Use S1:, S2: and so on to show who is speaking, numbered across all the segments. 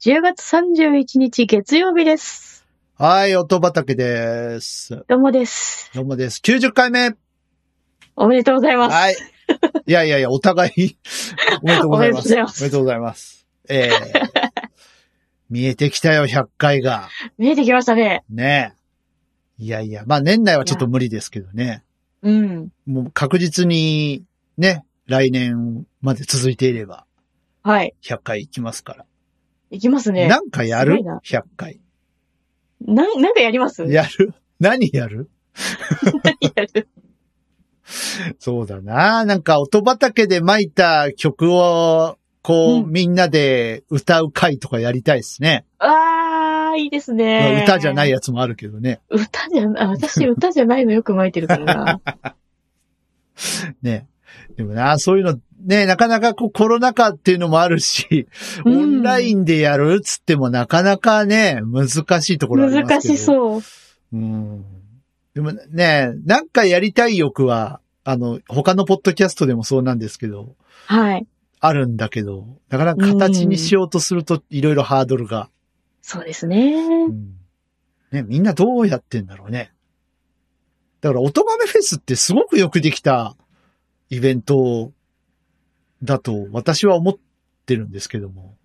S1: 10月31日月曜日です。
S2: はい、音畑です。
S1: どうもです。
S2: どうもです。90回目
S1: おめでとうございます。
S2: はい。いやいやいや、お互 い、おめでとうございます。
S1: おめでとうございます
S2: おめでとうございます。えー、見えてきたよ、100回が。
S1: 見えてきましたね。
S2: ねえ。いやいや、まあ年内はちょっと無理ですけどね。
S1: うん。
S2: もう確実に、ね、来年まで続いていれば、
S1: はい。
S2: 100回いきますから。
S1: いきますね。
S2: なんかや
S1: す
S2: る
S1: ごいな
S2: ?100 回。
S1: なん、なんかやります
S2: やる何やる
S1: やる
S2: そうだな。なんか音畑で巻いた曲を、こう、
S1: うん
S2: みんなで歌う会とかやりたいですね。
S1: あー、いいです
S2: ま
S1: ね。
S2: あ歌じゃない
S1: や。
S2: やつもあるけどね。
S1: 歌じゃな、あ私歌じゃないのよく巻いてる からな。
S2: ね。でもな、そういうの、ね、なかなかこうコロナ禍っていうのもあるし、オ
S1: うん
S2: ンラインでやるっつってもなかなかね、難しいところありま
S1: 難
S2: すけど。
S1: しそう。
S2: う。うん。でもね、なんかやりたい欲は、あの、他のポッドキャストでもそうなんですけど、
S1: はい。
S2: あるんだけど、なかなか形にしようとするといろいろハードルが
S1: そうですね。
S2: ね、みんなどうやってんだろうね。だから、音亀フェスってすごくよくできたイベントだと私は思ってるんですけども。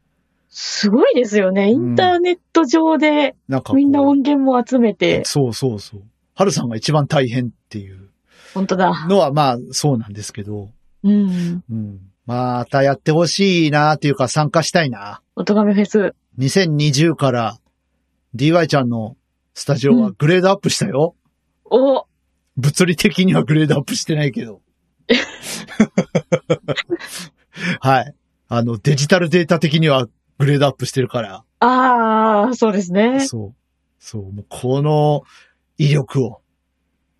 S1: すごいですよね。インターネット上で
S2: なんかこう
S1: みんな音源も集めて。
S2: そうそうそう。春さんが一番大変っていう
S1: 本当だ。
S2: のはまあそうなんですけど。
S1: うん。
S2: うん。またやってほしいなっていうか参加したいな。
S1: 音亀フェス。
S2: 2020から DY ちゃんのスタジオはグレードアップしたよ。
S1: お、
S2: 物理的にはグレードアップしてないけど。はい。あの、デジタルデータ的にはグレードアップしてるから。
S1: あー、そうですね。
S2: そう。そう。もうこの威力を。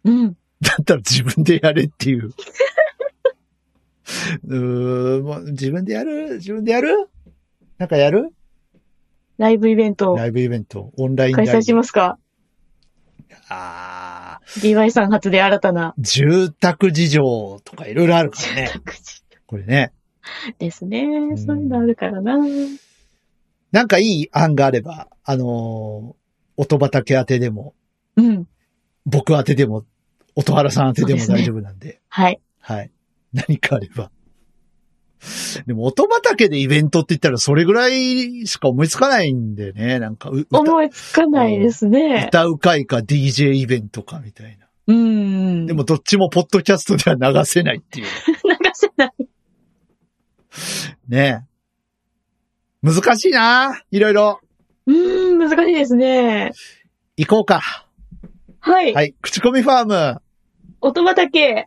S1: うん。
S2: だったら自分でやれっていう。 うーんもう自分でやる自分でやるなんかやる
S1: ライブイベントを
S2: ライブイベント、オンラインライ
S1: 開
S2: ブ。
S1: 催しますか
S2: ああ、
S1: ?DY さん発で新たな
S2: 住宅事情とかいろいろあるか らね。
S1: 各地
S2: これね。
S1: ですね。そういうのあるからな。
S2: なんかいい案があれば、あのー音畑宛てでも、
S1: うん。
S2: 僕宛てでも、音原さん宛てでも
S1: そうで
S2: 大
S1: す
S2: 丈夫なんで、
S1: はい。
S2: はい。何かあれば。でも、音畑でイベントって言ったら、それぐらいしか思いつかないんだよね。なんかう、歌
S1: 思いつかないですね。
S2: 歌う会か DJ イベントかみたいな。
S1: うん。
S2: でも、、どっちもポッドキャストでは流せないっていう。
S1: 流せない。
S2: ね難しいないろいろ。
S1: うん、難しいですね。
S2: 行こうか。
S1: はい。
S2: はい。口コミファーム。
S1: 音畑。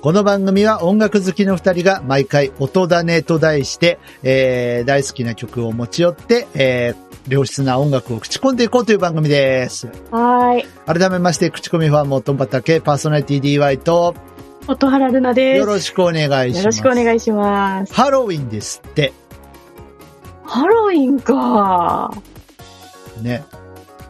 S2: この番組は音楽好きの二人が毎回音種と題して、えー、大好きな曲を持ち寄って、えー、良質な音楽を口コんでいこうという番組です。
S1: はい。
S2: 改めまして、口コミファンもトンパタケパーソナリティ DY と、
S1: 音原ルナです。
S2: よろしくお願いします。
S1: よろしくお願
S2: い
S1: いします。
S2: ハロウィンですって、
S1: ハロウィンか。
S2: ね。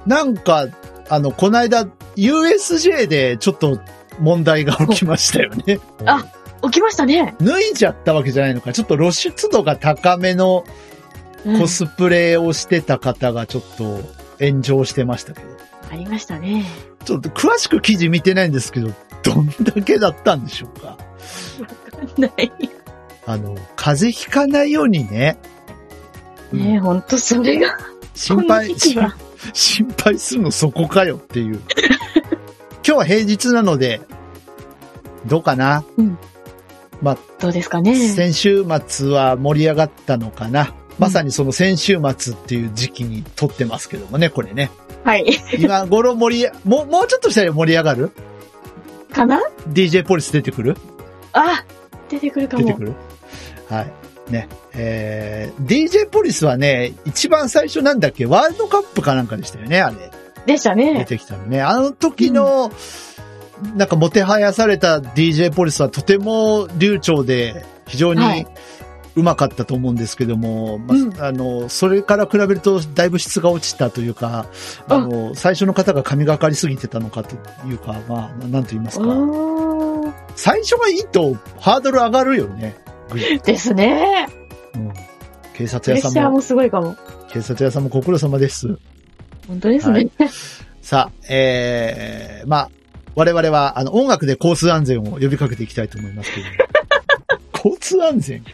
S2: なんか、あの、この間、USJ でちょっと問題が起きましたよね。
S1: あ起きましたね。
S2: 脱いじゃったわけじゃないのか。ちょっと露出度が高めの
S1: うん
S2: コスプレをしてた方がちょっと炎上してましたけど。
S1: ありましたね。
S2: ちょっと詳しく記事見てないんですけど、どんだけだったんでしょうか。
S1: わかん ない。
S2: あの、風邪ひかないようにね。
S1: ねえ、ほんとそれが、
S2: 心
S1: この
S2: 配、
S1: 時期は。
S2: 心配するのそこかよっていう。 今日は平日なので、どうかな、
S1: どうですかね。
S2: 先週末は盛り上がったのかなまさにその先週末っていう時期に撮ってますけどもね、こ れね。
S1: はい。
S2: 今頃盛りや、もう、もうちょっとしたら盛り上がる
S1: かな
S2: ?DJ ポリス出てくる
S1: あ、出てくるか
S2: 出て
S1: も
S2: く。るはい。ね。えー、DJ ポリスはね、一番最初なんだっけワールドカップかなんかでしたよね、あれ。
S1: でした
S2: 出
S1: ね。
S2: てきたのね。あの時の、なんかもてはやされた DJ ポリスはとても流暢で、非常
S1: は
S2: に
S1: いう
S2: まかったと思うんですけども、まあ
S1: うん
S2: あの、それから比べるとだいぶ質が落ちたというか、
S1: あ
S2: あの、最初の方が神がかりすぎてたのかというか、まあ、なんと言います
S1: あ
S2: か、
S1: ー
S2: 最初がいいとハードル上がるよね。ぐいっと
S1: ですね。
S2: うん警
S1: プ
S2: 察
S1: レッ
S2: 屋
S1: シ
S2: さ
S1: ャー
S2: んも、
S1: もすごいかも。
S2: 警察屋さんもご苦労様です。
S1: 本当ですね。
S2: はさあ、えー、まあ、我々は、あの、音楽で交通安全を呼びかけていきたいと思いますけれ ども。交通安全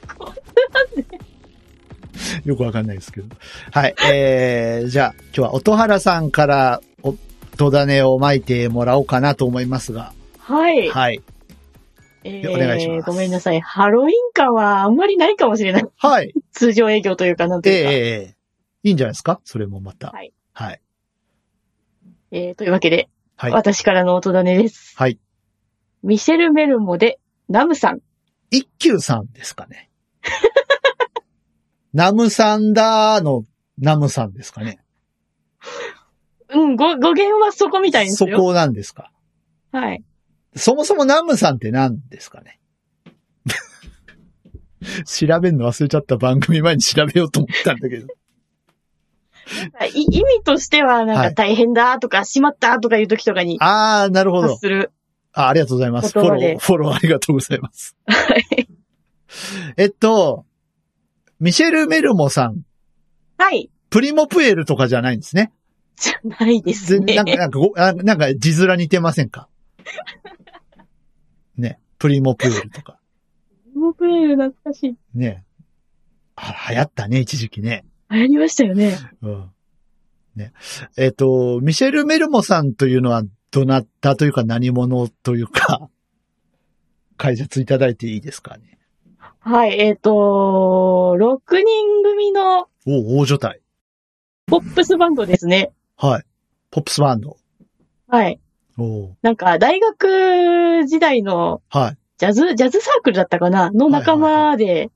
S2: よくわかんないですけど。はい、えー、じゃあ、今日は音原さんから、お、戸種をまいてもらおうかなと思いますが。
S1: はい。
S2: はい。
S1: え
S2: お願いします
S1: ごめんなさい。ハロウィン感はあんまりないかもしれない。
S2: はい。
S1: 通常営業というか、なん
S2: え
S1: というか。え
S2: えいいんじゃないですかそれもまた。
S1: はい。
S2: はい。
S1: ーというわけで、
S2: はい
S1: 私からの音種です。
S2: はい。
S1: ミシェル・メルモで、ナムさん。
S2: 一休さんですかね。 ナムさんだーのナムさんですかね。
S1: うん、ご語源はそこみたいです
S2: そ
S1: よ。
S2: こなんですか。
S1: はい。
S2: そもそもナムさんって何ですかね。 調べるの忘れちゃった番組前に調べようと思ったんだけど。
S1: い意味としては、なん
S2: は
S1: か
S2: い
S1: 大変だとか、しまったとかいう時とかに
S2: あー、なるほ
S1: 発
S2: ど。
S1: する。
S2: あありがとうございます。フ
S1: 言
S2: ォ
S1: 葉
S2: ロー、
S1: で
S2: フォローありがとうございます。
S1: はい
S2: えっと、ミシェル・メルモさん、
S1: はい。
S2: プリモプエルとかじゃないんですね。
S1: じゃないです
S2: 全
S1: ね。
S2: なんか、なんかご、あなんか、字面似てませんかね。プリモプールとか。
S1: 僕、懐かしい。
S2: ね。あ流行ったね、一時期ね。
S1: 流行りましたよね。
S2: うん。ね。えっ、と、ミシェル・メルモさんというのは、どなたというか何者というか、 解説いただいていいですかね。
S1: はい、えっ、と、6人組の
S2: お、大所帯。
S1: ポップスバンドですね。
S2: はい。ポップスバンド。
S1: はい。
S2: お
S1: なんか、大学時代の
S2: はい。
S1: ジャズ、ジャズサークルだったかなの仲間で、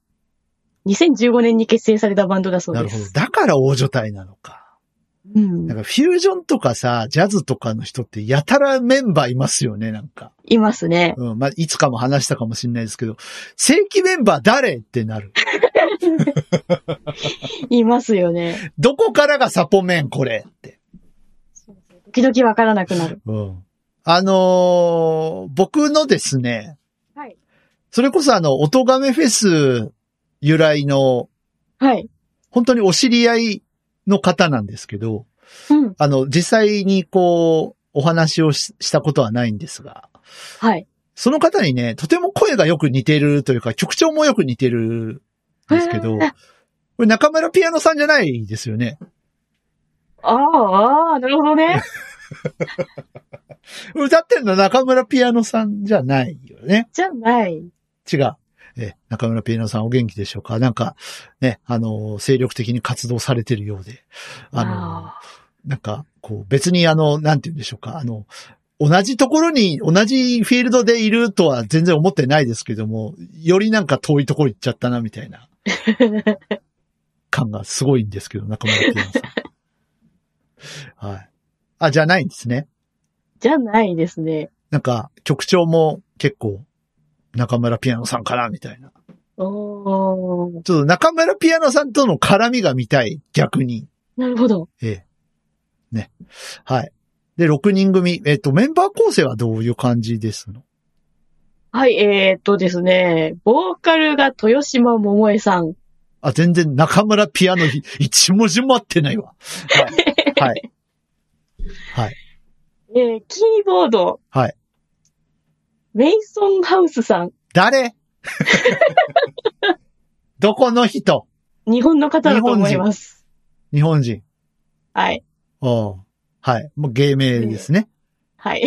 S1: 2015年に結成されたバンドだそう
S2: な
S1: で
S2: るほど
S1: す。。
S2: だから大所帯なのか。
S1: うん
S2: なん。かフュージョンとかさ、ジャズとかの人ってやたらメンバーいますよね、なんか。
S1: いますね。
S2: うん、まあ、いつかも話したかもしれないですけど、正規メンバー誰ってなる。
S1: いますよね。
S2: どこからがサポメンこれって。
S1: 時々わからなくなる。
S2: うん。あのー僕のですね、
S1: はい。
S2: それこそあの、音亀フェス由来の、
S1: はい。
S2: 本当にお知り合いの方なんですけど、
S1: うん。
S2: あの、実際にこう、お話をししたことはないんですが、
S1: はい。
S2: その方にね、とても声がよく似てるというか、曲調もよく似てるんですけど、
S1: へー
S2: これ中村ピアノさんじゃないですよね。
S1: ああああ、なるほどね。
S2: 歌ってるのは中村ピアノさんじゃないよね。
S1: じゃない。
S2: 違う。え、中村ピアノさんお元気でしょうかなんか、ね、あの、精力的に活動されてるようで。あの、
S1: あ
S2: なんか、こう、別にあの、なんて言うんでしょうか。あの、同じところに、同じフィールドでいるとは全然思ってないですけども、よりなんか遠いところ行っちゃったな、みたいな
S1: ー
S2: 感がすごいんですけど、中村ピアノさん。はい。あ、じゃないんですね。
S1: じゃないですね。
S2: なんか、曲調も結構、中村ピアノさんかな、みたいな。
S1: おー。
S2: ちょっと中村ピアノさんとの絡みが見たい、逆に。
S1: なるほど。
S2: ええ。ね。はい。で、6人組。えっ、と、メンバー構成はどういう感じですの
S1: はい、えー、っとですね、ボーカルが豊島桃江さん。
S2: あ、全然中村ピアノひ 一文字も合ってないわ。はい。はい。はい。
S1: えー、キーボード。
S2: はい。
S1: メイソンハウスさん。
S2: 誰 どこの人
S1: 日本の方だと思います。
S2: 日本人。
S1: はい。
S2: おうはい。もう芸名ですね。
S1: はい。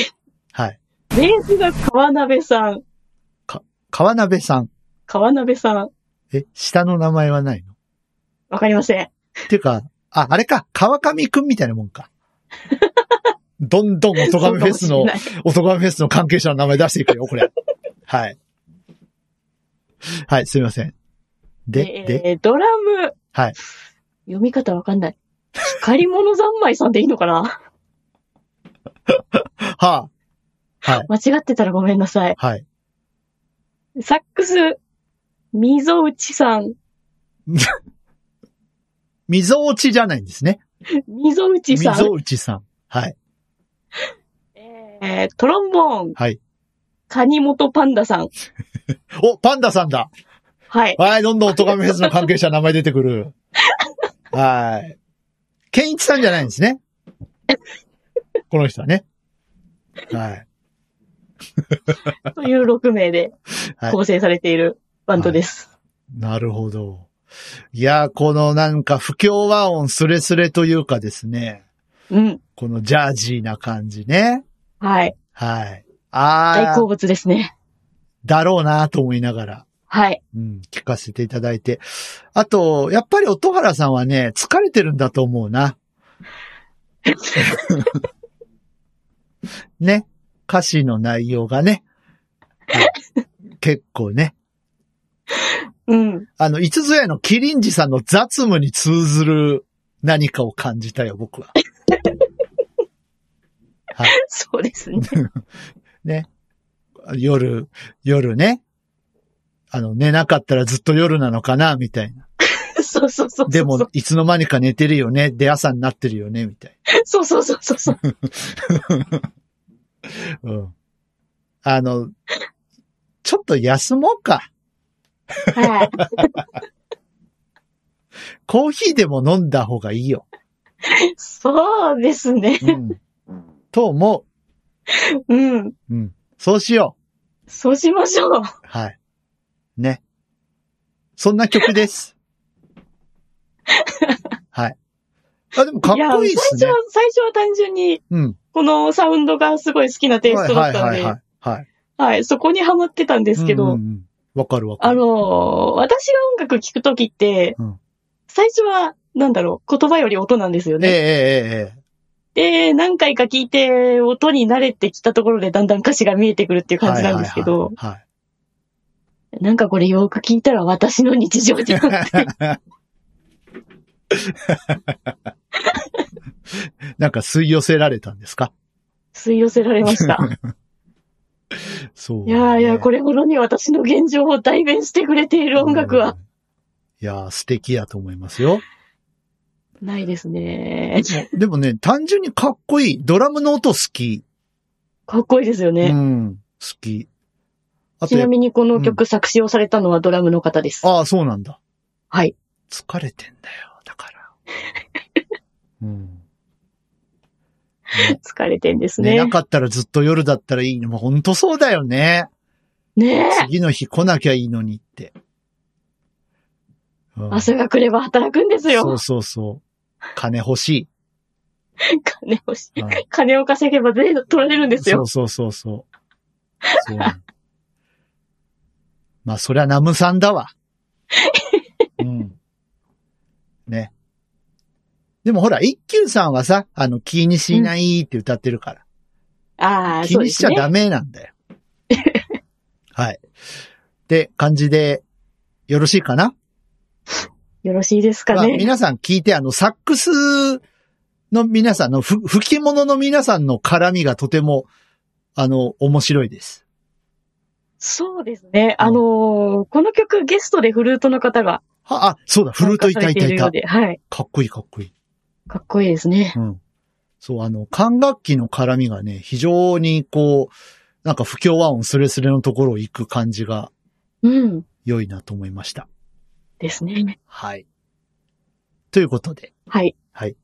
S2: はい。
S1: ベースが川鍋さん。
S2: 川鍋さん。
S1: 川鍋さん。
S2: え、下の名前はないの
S1: わかりません。
S2: っていうか、あ、あれか、川上くんみたいなも んか。どんどん音
S1: そう
S2: 亀
S1: か
S2: フェ
S1: も
S2: ス
S1: し
S2: の
S1: れ、ない
S2: 音亀フェスの関係者の名前出していくよ、これ。はい。はい、すいません。で、で、
S1: えー、ドラム。
S2: はい。
S1: 読み方わかんない。光り物三昧さんでいいのかな
S2: は
S1: 間違ってたらごめんなさい。
S2: あ、はい。
S1: サックス、溝内さん。
S2: 溝落ちじゃないんですね。
S1: 溝内さ
S2: 溝
S1: ん。
S2: 内さん。はい。
S1: えー、トロンボーン。
S2: はい。
S1: カニモトパンダさん。
S2: お、パンダさんだ。
S1: はい。
S2: はい、どんどんおとがめフェスの関係者名前出てくる。はい。ケンイチさんじゃないんですね。この人はね。はい。
S1: という6名で
S2: はい
S1: 構成されているバンドです。
S2: なるほど。いやー、このなんか不協和音スレスレというかですね。
S1: うん。
S2: このジャージーな感じね。
S1: はい。
S2: はい。あ
S1: 大
S2: ー
S1: 好、物ですね。
S2: だろうなと思いながら。
S1: はい。
S2: うん、聞かせていただいて。あと、やっぱり音原さんはね、疲れてるんだと思うな。ね。歌詞の内容がね。結構ね。
S1: うん。
S2: あの、いつぞやのキリンジさんの雑務に通ずる何かを感じたよ、僕は。
S1: そうですね。
S2: 夜、夜ね。あの、寝なかったらずっと夜なのかな、みたいな。
S1: そうそうそうそう。
S2: でも、いつの間にか寝てるよね。で、朝になってるよね、みたいな。
S1: そうそうそうそうそう。
S2: うん。あの、ちょっと休もうか。
S1: はい。
S2: コーヒーでも飲んだ方がいいよ。
S1: そうですね。
S2: うん。と思
S1: うん。
S2: う。うん。そうしよ
S1: そうしましょう。
S2: う。はい。ね。そんな 曲です。はい。あ、でもかっこいいです
S1: や最初
S2: ね
S1: は。、最初は単純に、
S2: うん。
S1: このサウンドがすごい好きなテイストだったの
S2: はいはい
S1: で、
S2: は
S1: はい
S2: はい。はい。
S1: い、そこにハマってたんですけど、
S2: うんうんうんわかるわか
S1: あ
S2: る。
S1: のー、私が音楽聴くときって、
S2: うん
S1: 最初は、なんだろう、言葉より音なんですよ
S2: ええ
S1: ね。
S2: ええええ
S1: で、何回か聞いて、音に慣れてきたところでだんだん歌詞が見えてくるっていう感じなんですけど、
S2: はいはいはいはい。
S1: なんかこれよく聞いたら私の日 常じゃなくて、
S2: なんか吸い寄せられたんですか
S1: 吸い寄せられま した。
S2: そう、
S1: いやいや、こ
S2: れ
S1: れほどに私の現状を代弁してくれている音楽は。
S2: いやー素敵やと思いますよ。
S1: ないですね。
S2: でもね、単純にかっこいい。ドラムの音好き。
S1: かっこいいですよ
S2: う
S1: ね。
S2: ん。好き。あ
S1: ちな
S2: と、
S1: みにこの曲作詞をされたのはドラムの方です。
S2: ああ、そうなんだ。
S1: はい。
S2: 疲れてんだよ。だから。 うん。
S1: 疲れてんです
S2: 寝
S1: ね
S2: な。かったらずっと夜だったらいいの。もうほんとそうだよね。
S1: ねえ。
S2: 次の日来なきゃいいのにって。うん
S1: 朝が来れば働くんです
S2: そう
S1: よ。
S2: そうそう。金欲し
S1: 金欲しい。
S2: い。うん
S1: 金を稼げば全部取られるんですよ。
S2: そうそうそうそう。そうなの まあ、そりゃナムさん だわ。うん。ね。でもほら、一休さんはさ、あの、気にしないって歌ってるから。
S1: ああ、
S2: 気
S1: そう
S2: に
S1: で
S2: しち
S1: す
S2: ゃ
S1: ね。
S2: ダメなんだよ。はい。って感じで、よろしいかな
S1: よろしいですか
S2: まあ
S1: ね。
S2: 皆さん聞いて、あの、サックスの皆さんの、ふ吹き物の皆さんの絡みがとても、あの、面白いです。
S1: そうですね。あのーこの曲ゲストでフルートの方が
S2: は、あ、そうだ、フルートいたいたい
S1: 参加されてるよう
S2: た。
S1: ではい。
S2: かっこいいかっこいい。
S1: かっこいいですね。
S2: うん。そう、あの、管楽器の絡みがね、非常にこう、なんか不協和音スレスレのところを行く感じが
S1: うん。
S2: 良いなと思いました。
S1: ですね。
S2: はい。ということで、
S1: はい。
S2: はい。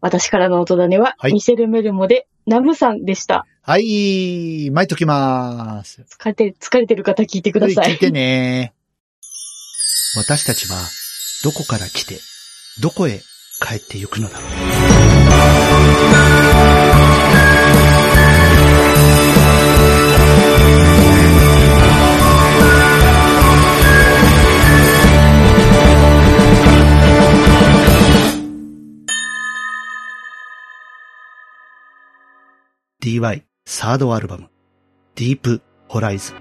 S1: 私からの音種は、
S2: はい
S1: ミシェル・メルモで、ナムさんでした。
S2: はい、巻いときまーす。
S1: 疲れて、疲れてる方聞いてくださ
S2: 聞
S1: い。
S2: いてね。私たちは、どこから来て、どこへ帰ってゆくのだろう。DY サードアルバム、ディープホライズン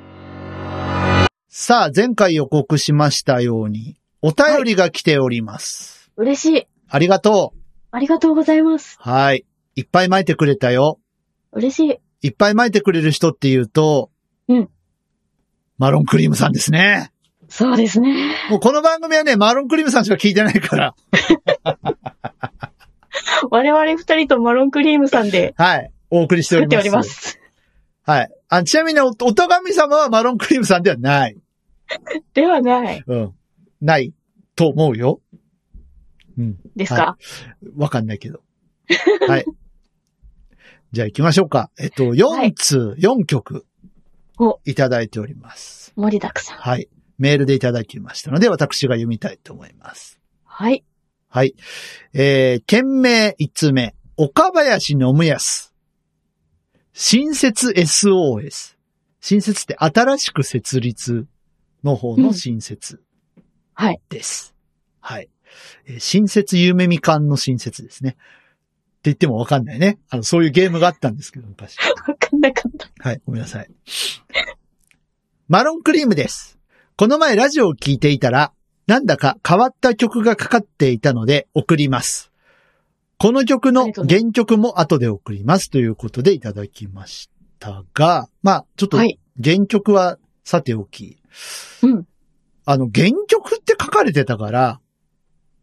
S2: さあ、前回予告しましたように、お便りが来ております。
S1: 嬉しい。
S2: ありがとう。
S1: ありがとうございます。
S2: はい。いっぱい巻いてくれたよ。
S1: 嬉しい。
S2: いっぱい巻いてくれる人って言うと、
S1: うん。
S2: マロンクリームさんですね。
S1: そうですね。
S2: もうこの番組はね、マロンクリームさんしか聞いてないから。
S1: 我々二人とマロンクリームさんで
S2: はい。お送りしてお
S1: 作
S2: り
S1: って
S2: ま
S1: お
S2: す。
S1: ります。
S2: はい。あ、ちなみにお、おたがみ様はマロンクリームさんではない。
S1: ではない
S2: うん。ないと思うよ。
S1: ですか、
S2: わかんないけど。はい。 じゃあ行きましょうか。えっと、4通、4曲
S1: お、
S2: いただいております。
S1: 盛りだくさん。
S2: はい。メールでいただきましたので、私が読みたいと思います。
S1: はい。
S2: はい。えー、件名5つ目、岡林信康。新設 SOS。新設って新しく設立の方の新設。
S1: はい。
S2: です。はい。えー新設夢みかんの新設ですね。って言ってもわかんないね。あの、そういうゲームがあったんですけど、昔。
S1: わかんなかった。
S2: はい、ごめんなさい。マロンクリームです。この前ラジオを聞いていたら、なんだか変わった曲がかかっていたので送ります。この曲の原曲も後で送りますということでいただきましたが、まあ、ちょっと
S1: はい。
S2: 原曲はさておき。
S1: うん
S2: あの、原曲って書かれてたから、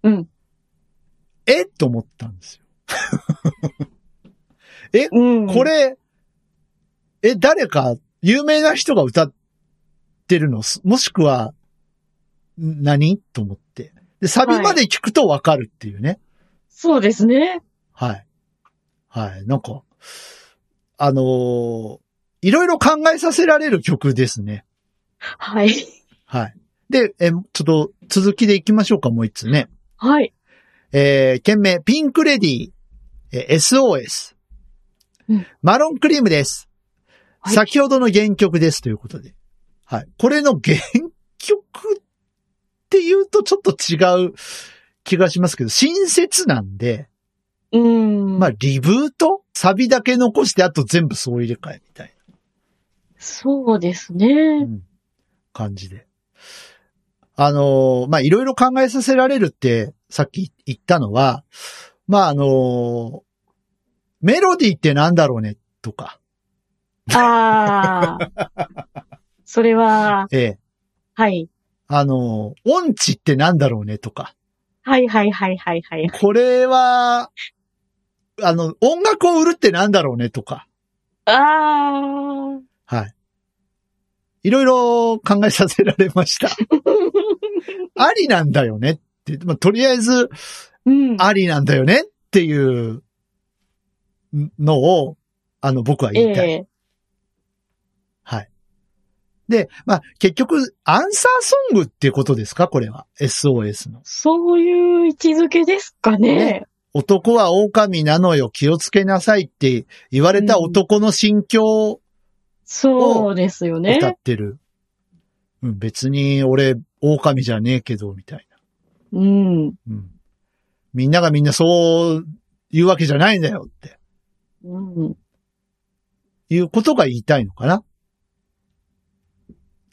S1: うん。
S2: えっと思ったんですよ。
S1: うん。
S2: これ、え、誰か、有名な人が歌ってるのすもしくは、ん何と思って。で、サビまで聞くとわかるっていうね。
S1: そうですね。
S2: はい。はい。なんか、あのーいろいろ考えさせられる曲ですね。
S1: はい。
S2: はい。で、え、ちょっと続きで行きましょうか、もう一つね。
S1: はい。
S2: えー、件名、ピンクレディー、えー SOS、
S1: うん
S2: マロンクリームです。
S1: はい
S2: 先ほどの原曲ですということで。はい。これの原曲って言うとちょっと違う気がしますけど、新設なんで、
S1: うん。
S2: まあ、リブートサビだけ残して、あと全部総入れ替えみたいな。
S1: そうです
S2: う
S1: ね。
S2: ん感じで。あのーまあ、いろいろ考えさせられるって、さっき言ったのは、まあ、あのーメロディーってなんだろうね、とか、
S1: ああ。それは、
S2: ええ、
S1: はい。
S2: あのー音痴ってなんだろうね、とか、
S1: はいはいはいはいはい。
S2: これは、あの、音楽を売るってなんだろうね、とか、
S1: ああ。
S2: はい。いろいろ考えさせられま した。ありなんだよねって、まあ、とりあえず、
S1: うん。
S2: ありなんだよねっていうのを、あの、僕は
S1: え
S2: 言いたい。
S1: え
S2: はい。で、まあ、結局、アンサーソングっていうことですかこれは。SOS の。
S1: そういう位置づけですかね。
S2: 男は狼なのよ、気をつけなさいって言われた男の心境を
S1: そうですよ
S2: 歌っ
S1: ね。
S2: てる。うん、別に俺、狼じゃねえけど、みたい
S1: うん。
S2: な。うん。みんながみんなそう言うわけじゃないんだよって。
S1: うん。
S2: いうことが言いたいのかな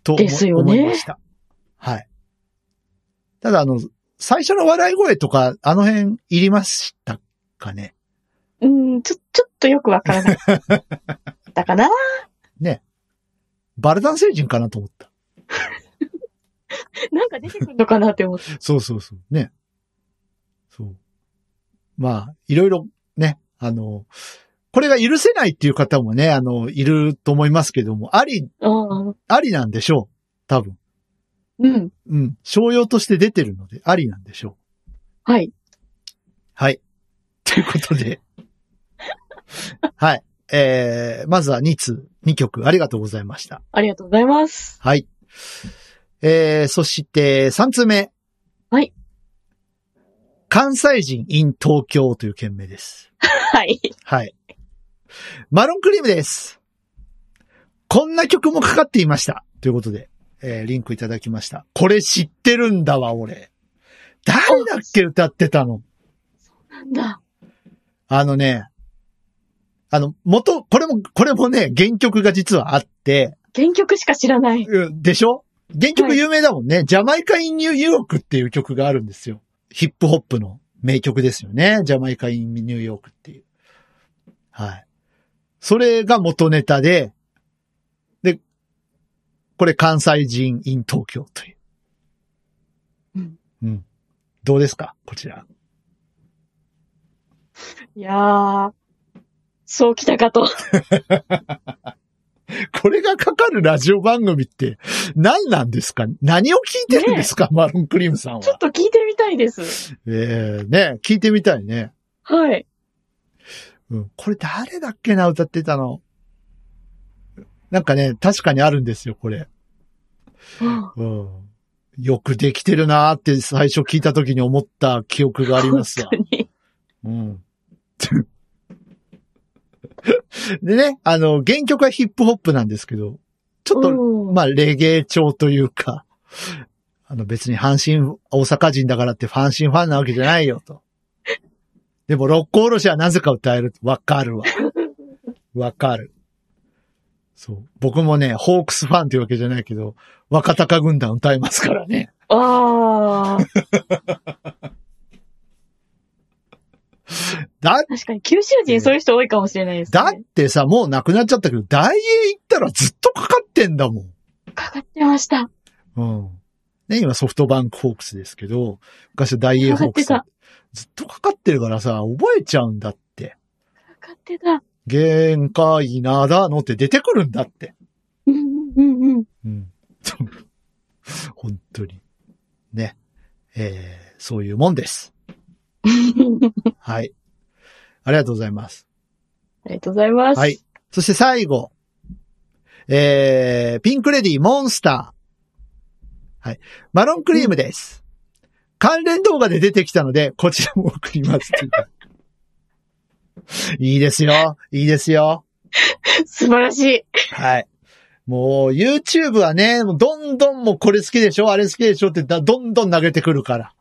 S2: と思
S1: ですよね
S2: 思いました。はい。ただ、あの、最初の笑い声とか、あの辺、いりましたかね。
S1: うん、ちょ、ちょっとよくわからない。だかな
S2: バルタン星人かなと思った。
S1: なんか出てくるのかなって思って。
S2: そうそうそう。ね。そう。まあ、いろいろね、あの、これが許せないっていう方もね、あの、いると思いますけども、あり、
S1: うん
S2: ありなんでしょう。多分。
S1: うん。
S2: うん。商用として出てるので、ありなんでしょう。
S1: はい。
S2: はい。ということで。はい。えー、まずは2通、2曲ありがとうございました。
S1: ありがとうございます。
S2: はい。えー、そして3通目。
S1: はい。
S2: 関西人 in 東京という件名です。
S1: はい。
S2: はい。マロンクリームです。こんな曲もかかっていました。ということで、えー、リンクいただきました。これ知ってるんだわ、俺。誰だっけ歌ってたの
S1: なんだ。
S2: あのね、あの、元、これも、これもね、原曲が実はあって、
S1: 原曲しか知らない。
S2: うんでしょ原曲有名だもんね。ジャマイカ・イン・ニューヨークっていう曲があるんですよ。ヒップホップの名曲ですよね。ジャマイカ・イン・ニューヨークっていう。はい。それが元ネタで、で、これ関西人 in 東京という。
S1: うん。
S2: うん。どうですかこちら。
S1: いやー、そう来たかと。
S2: これがかかるラジオ番組って何なんですか何を聞いてるんですか、マロンクリームさん
S1: ち ょっ
S2: は。
S1: と聞いてみたいです。
S2: ええね、聞いてみたいね。
S1: はい。
S2: うん。これ誰だっけな、歌ってたの。なんかね、確かにあるんですよ、これ。
S1: あ
S2: うん。よくできてるなーって最初聞いた時に思った記憶がありま すわ。
S1: 本当に。
S2: うん。 でね、あの、原曲はヒップホップなんですけど、ちょっと
S1: うん
S2: まあ、レゲエ調というか、あの別に阪神、大阪人だからって阪神ファンなわけじゃないよと。でも、六甲おろしはなぜか歌える。わかるわ。わかる。そう。僕もね、ホークスファンというわけじゃないけど、若鷹軍団歌いますからね。
S1: ああ、
S2: だ、
S1: 確かに九州人そういう人多いかもしれないです、ね。
S2: だってさ、もうなくなっちゃったけど、大英行ったらずっとかかってんだもん。
S1: かかってました。
S2: うん。ね、今ソフトバンクホークスですけど、昔はダイエーホークス
S1: かか。
S2: ずっとかかってるからさ、覚えちゃうんだって。
S1: かかってた。
S2: 限界なだのって出てくるんだって。
S1: うんうんうん うん。
S2: うん。 本当に。ね。えー、そういうもんです。はい。ありがとうございます。
S1: ありがとうございます。
S2: はい。そして最後。えー、ピンクレディーモンスター。はい。マロンクリームです。関連動画で出てきたので、こちらも送ります。いいですよ。いいですよ。
S1: 素晴らしい。
S2: はい。もう YouTube はね、もうどんどんもうこれ好きでしょあれ好きでしょってだどんどん投げてくるから。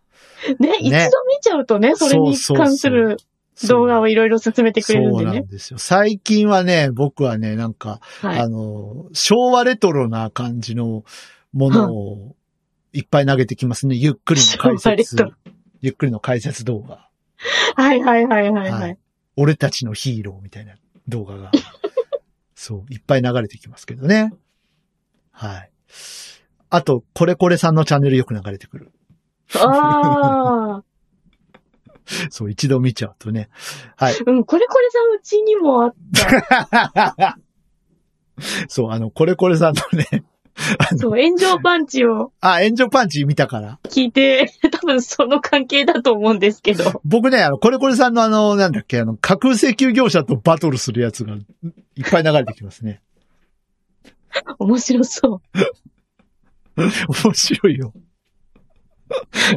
S1: ね、一度見ちゃうとね、それに関する動画をいろいろ進めてくれるんで
S2: そうな
S1: ね。
S2: んですよ。最近はね、僕はね、なんか、
S1: は
S2: あ
S1: い。
S2: の、昭和レトロな感じのものをいっぱい投げてきますね。ゆっくりの解
S1: 昭和レ
S2: 説
S1: トロ。
S2: ゆっくりの解説動画。
S1: はいはいはいはいは。
S2: はい俺たちのヒーローみたいな動画が。 そう、いっぱい流れてきますけどね。はい。あと、これこれさんのチャンネルよく流れてくる。
S1: ああ。
S2: そう、一度見ちゃうとね。はい。
S1: うん、これこれさんうちにもあった。
S2: そう、あの、これこれさんのね、
S1: そう、炎上パンチを
S2: あ、炎上パンチ見たから。
S1: 聞いて、 多分その関係だと思うんですけ ど。
S2: 僕ね、あの、これこれさんのあの、なんだっけ、あの、架空請求業者とバトルするやつが、いっぱい流れてきますね。
S1: 面白そ
S2: 面白いよ。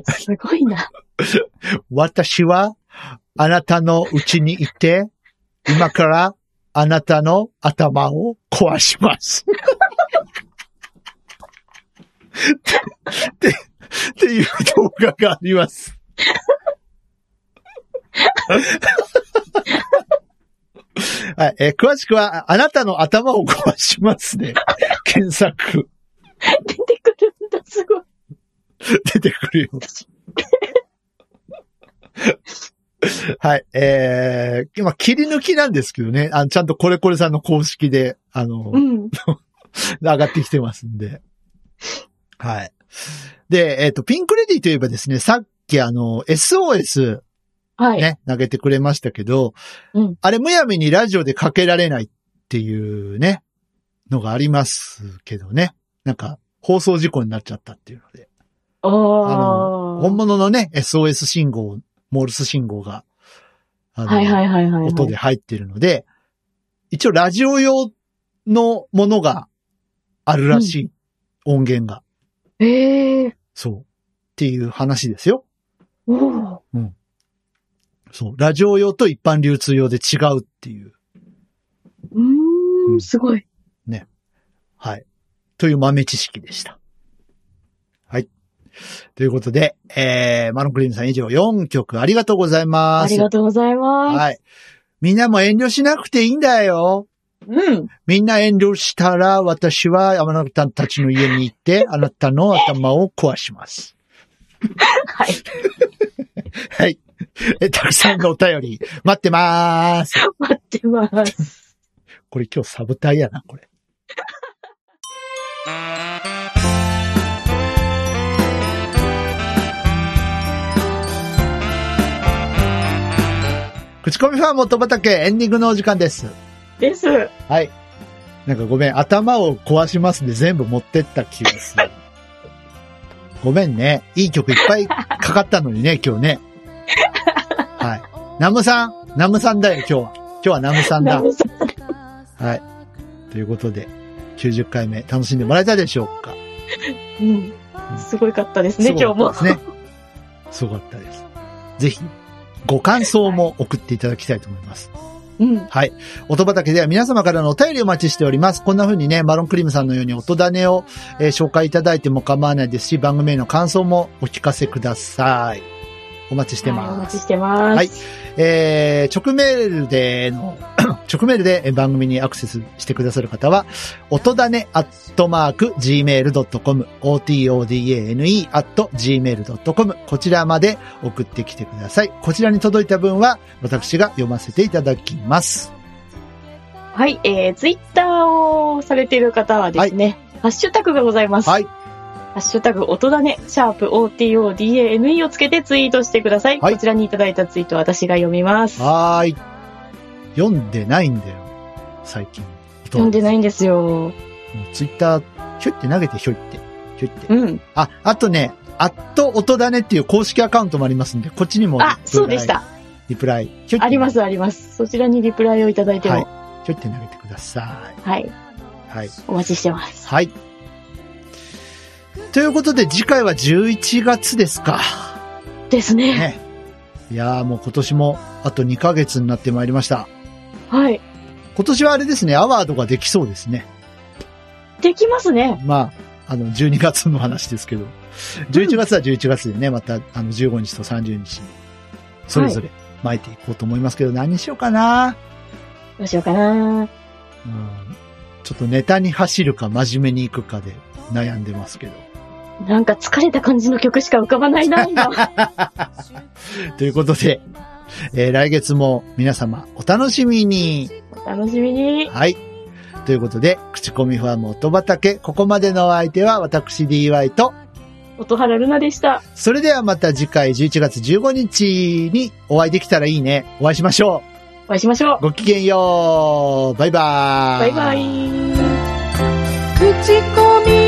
S1: う。すごいな。
S2: 私は、あなたのうちにいて、今から、あなたの頭を壊します。って、って、っていう動画があります。はい、えー詳しくは、あなたの頭を壊しますね。検索、
S1: 出てくるんだ、す ごい。
S2: 出てくるよ。はい。えー、今、切り抜きなんですけどね。あのちゃんとこれこれさんの公式で、あの、
S1: うん。
S2: 上がってきてますんで。はい。で、えっ、と、ピンクレディといえばですね、さっきあの、SOS
S1: はい。
S2: ね、投げてくれましたけど、
S1: うん
S2: あれ、むやみにラジオでかけられないっていうね、のがありますけどね。なんか、放送事故になっちゃったっていうので。
S1: ああ
S2: の本物のね、SOS 信号、モールス信号が、あの
S1: はいはいはいはい、はい。
S2: 音で。入ってるので、一応ラジオ用のものがあるらしい。音源が。
S1: ええ
S2: そう。っていう話ですよ。
S1: おお。
S2: そう。ラジオ用と一般流通用で違うっていう。
S1: うーん、すごい。
S2: はい。という豆知識でした。はい。ということで、えー、マロンクリームさん以上4曲ありがとうございま
S1: あ
S2: す。
S1: りがとうございます。
S2: はい。みんなも遠慮しなくていいんだよ。
S1: うん。
S2: みんな遠慮したら、私はあなたたちの家に 行って、あなたの頭を壊します。
S1: はい。
S2: はい。え、たくさんのお便り、待ってまーす。
S1: 待ってます。
S2: これ今日サブタイやな、これ。口コミファン元畑エンディングのお時間です。
S1: です。
S2: はい。なんかごめん、頭を壊しますんで全部持ってった気がす る。ごめんね。いい曲いっぱいかかったのにね、今日ね。はい。ナムさん、ナムさんだよ、今日は。今日はナムさんだ。
S1: なんか
S2: はい。ということで、90回目楽しんでもらえたでしょうか
S1: うん。すごかったですね、今日も。
S2: すごかったですね。すごかったです。ぜひ、ご感想も送っていただきたいと思います。
S1: うん。
S2: はい。音畑では皆様からのお便りをお待ちしております。こんな風にね、マロンクリームさんのように音種を、えー紹介いただいても構わないですし、番組への感想もお聞かせください。お待ちして
S1: はいお
S2: ま
S1: 待
S2: す
S1: ち。してます。
S2: はいえー直メールでの、 直メールでえー番組にアクセスしてくださる方は、音だねアットマーク gmail.com、otodane アット gmail.com、こちらまで送ってきてください。こちらに届いた分は、私が読ませていただきます。
S1: はい、えー、ツイッターをされている方はですね、ハッシュタグがございます。
S2: はい
S1: ハッシュタグ、音だね、シャープ OTODANE をつけてツイートしてください。
S2: はい
S1: こちらにいただいたツイートは私が読みます。
S2: はーい。読んでないんだよ。最近。。
S1: 読んでないいんですよ。
S2: ツイッター、ひょいって投げて、ひょいって。ひょいって。
S1: うん。
S2: あ、あとね、アット音だねっていう公式アカウントもありますんで、こっちにも。
S1: あ、そうでし。た。
S2: リプライ。ひょいって
S1: あります、あります。そちらにリプライをいただいても、
S2: は
S1: はいい。。
S2: ひょいって投げてください。はい。
S1: お待ちしてます。
S2: はい。ということで、次回は11月ですか。
S1: ですね。
S2: ね。いやーもう今年もあと2ヶ月になってまいりました。
S1: はい。
S2: 今年はあれですね、アワードができそうですね。
S1: できますね。
S2: まあ、あの、12月の話ですけど、11月は11月でね、また、あの、15日と30日に、それぞれ巻いていこうと思いますけど、何にしようかな、
S1: どうしようかな。
S2: うん、ちょっとネタに走るか真面目に行くかで悩んでますけど。
S1: なんか疲れた感じの曲しか浮かばない な、今。
S2: ということで、えー来月も皆様お楽しみに。
S1: お楽しみに。
S2: はい。ということで、口コミファーム音畑、ここまでのお相手は私 DY と、
S1: 音原ルナでした。
S2: それではまた次回11月15日にお会いできたらいいね。お会いしましょ
S1: お会いしましょう
S2: う。。ごきげんよう。バイバ
S1: バイバイ。
S3: 口コミ